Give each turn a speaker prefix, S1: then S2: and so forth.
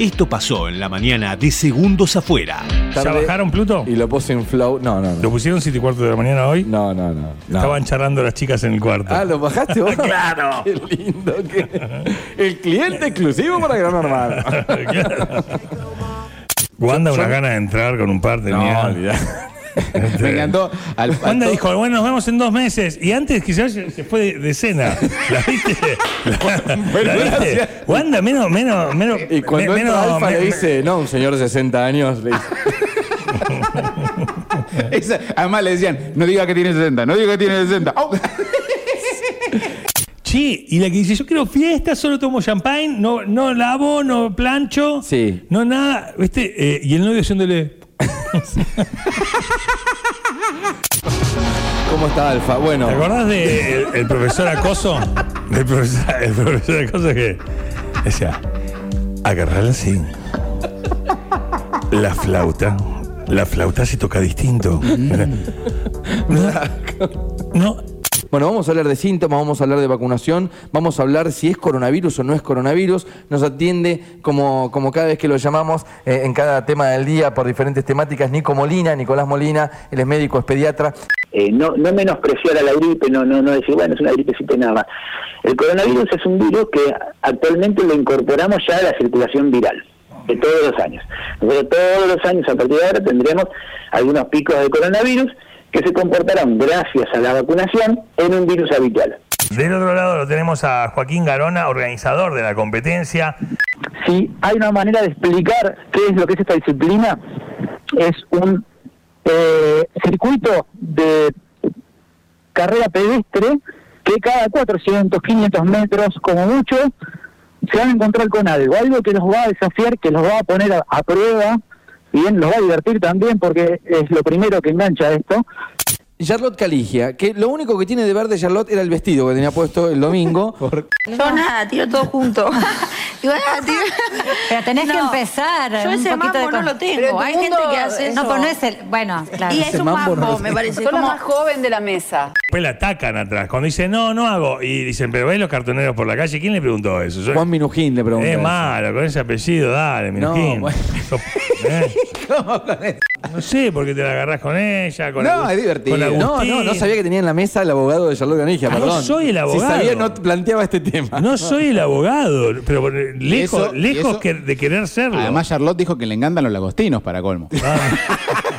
S1: Esto pasó en la mañana de Segundos Afuera.
S2: ¿Ya
S3: Tarde-
S2: bajaron Pluto?
S3: Y lo puse en flow. No, no,
S2: ¿Lo
S3: no.
S2: pusieron 7 y cuarto de la mañana hoy?
S3: No, no, no. no.
S2: Estaban charlando las chicas en el cuarto.
S3: Ah, ¿lo bajaste vos?
S2: Claro.
S3: Qué lindo que. El cliente exclusivo para Gran Hermano.
S2: Claro. Wanda, una gana de entrar con un par de
S3: No, olvidá. Me encantó. Al, al
S2: Wanda
S3: to-
S2: dijo, bueno, nos vemos en dos meses. Y antes quizás se se fue de, de cena. ¿La viste? ¿La,
S3: Bueno,
S2: la viste?
S3: gracias.
S2: Wanda, menos, menos, menos.
S3: Y cuando
S2: me-
S3: entra Alfa
S2: me-
S3: le dice, no, un señor de 60 años. Le dice.
S4: Esa- además le decían, no diga que tiene 60, no diga que tiene 60. ¡Au!
S2: Che, y la que dice, yo quiero fiesta, solo tomo champagne, no, no lavo, no plancho,
S3: Sí.
S2: no nada, ¿viste? Eh, y el novio haciéndole,
S3: ¿Cómo está Alfa? Bueno,
S2: ¿te acordás de el, el profesor acoso? El profesor, el profesor acoso que decía, agarrala así. La flauta, la flauta se toca distinto. No,
S3: bueno, vamos a hablar de síntomas, vamos a hablar de vacunación, vamos a hablar si es coronavirus o no es coronavirus. Nos atiende como, como cada vez que lo llamamos eh, en cada tema del día por diferentes temáticas, Nico Molina, Nicolás Molina, él es médico, es pediatra.
S5: Eh, no, no menospreciar a la gripe, no, no, no decir, bueno, es una gripecita y nada más. El coronavirus es un virus que actualmente lo incorporamos ya a la circulación viral de todos los años. Nosotros todos los años a partir de ahora tendremos algunos picos de coronavirus que se comportarán gracias a la vacunación en un virus habitual.
S2: del otro lado lo tenemos a Joaquín Garona, organizador de la competencia.
S5: si hay una manera de explicar qué es lo que es esta disciplina, es un eh, circuito de carrera pedestre que cada 400, 500 metros, como mucho, se van a encontrar con algo, algo que los va a desafiar, que los va a poner a, a prueba, y bien, los va a divertir también porque es lo primero que engancha esto,
S3: Charlotte Caligia, que lo único que tiene de verde Charlotte era el vestido que tenía puesto el domingo.
S6: Yo nada, Ah, tiro todo junto. Digo, nada, tiro-
S7: Pero tenés que
S6: No,
S7: empezar.
S6: Yo
S7: un
S6: ese
S7: poquito
S6: mambo
S7: de
S6: no
S7: con-
S6: lo
S8: Pero en
S6: tengo.
S8: tu
S6: Hay gente
S8: mundo,
S6: que hace eso.
S7: No, pero no es el. Bueno, claro.
S6: Y es
S3: Ese
S6: un
S3: mambo
S6: mambo,
S3: no lo
S6: me
S3: tengo.
S6: parece.
S8: Sos la
S6: como-
S8: más joven de la mesa.
S2: Después la atacan atrás. Cuando dicen, no, no hago. Y dicen, pero ves los cartoneros por la calle. ¿Quién le preguntó eso? Yo-
S3: Juan Minujín le preguntó.
S2: es
S3: eso.
S2: malo, con ese apellido, dale, mi
S3: No,
S2: King.
S3: bueno.
S2: Yo- ¿eh? No sé por qué te la agarrás con ella. Con
S3: No,
S2: Agus-
S3: es divertido.
S2: con
S3: No,
S2: Agustín.
S3: no, no sabía que tenía en la mesa el abogado de Charlotte Canigia,
S2: Ah, no
S3: perdón.
S2: soy el abogado.
S3: Si sabía, no planteaba este tema.
S2: No soy el abogado, pero eh, lejos,
S4: eso- y
S2: lejos
S4: eso-
S2: que- de querer serlo.
S4: Además, Charlotte dijo que le encantan los lagostinos para colmo.
S2: Ah,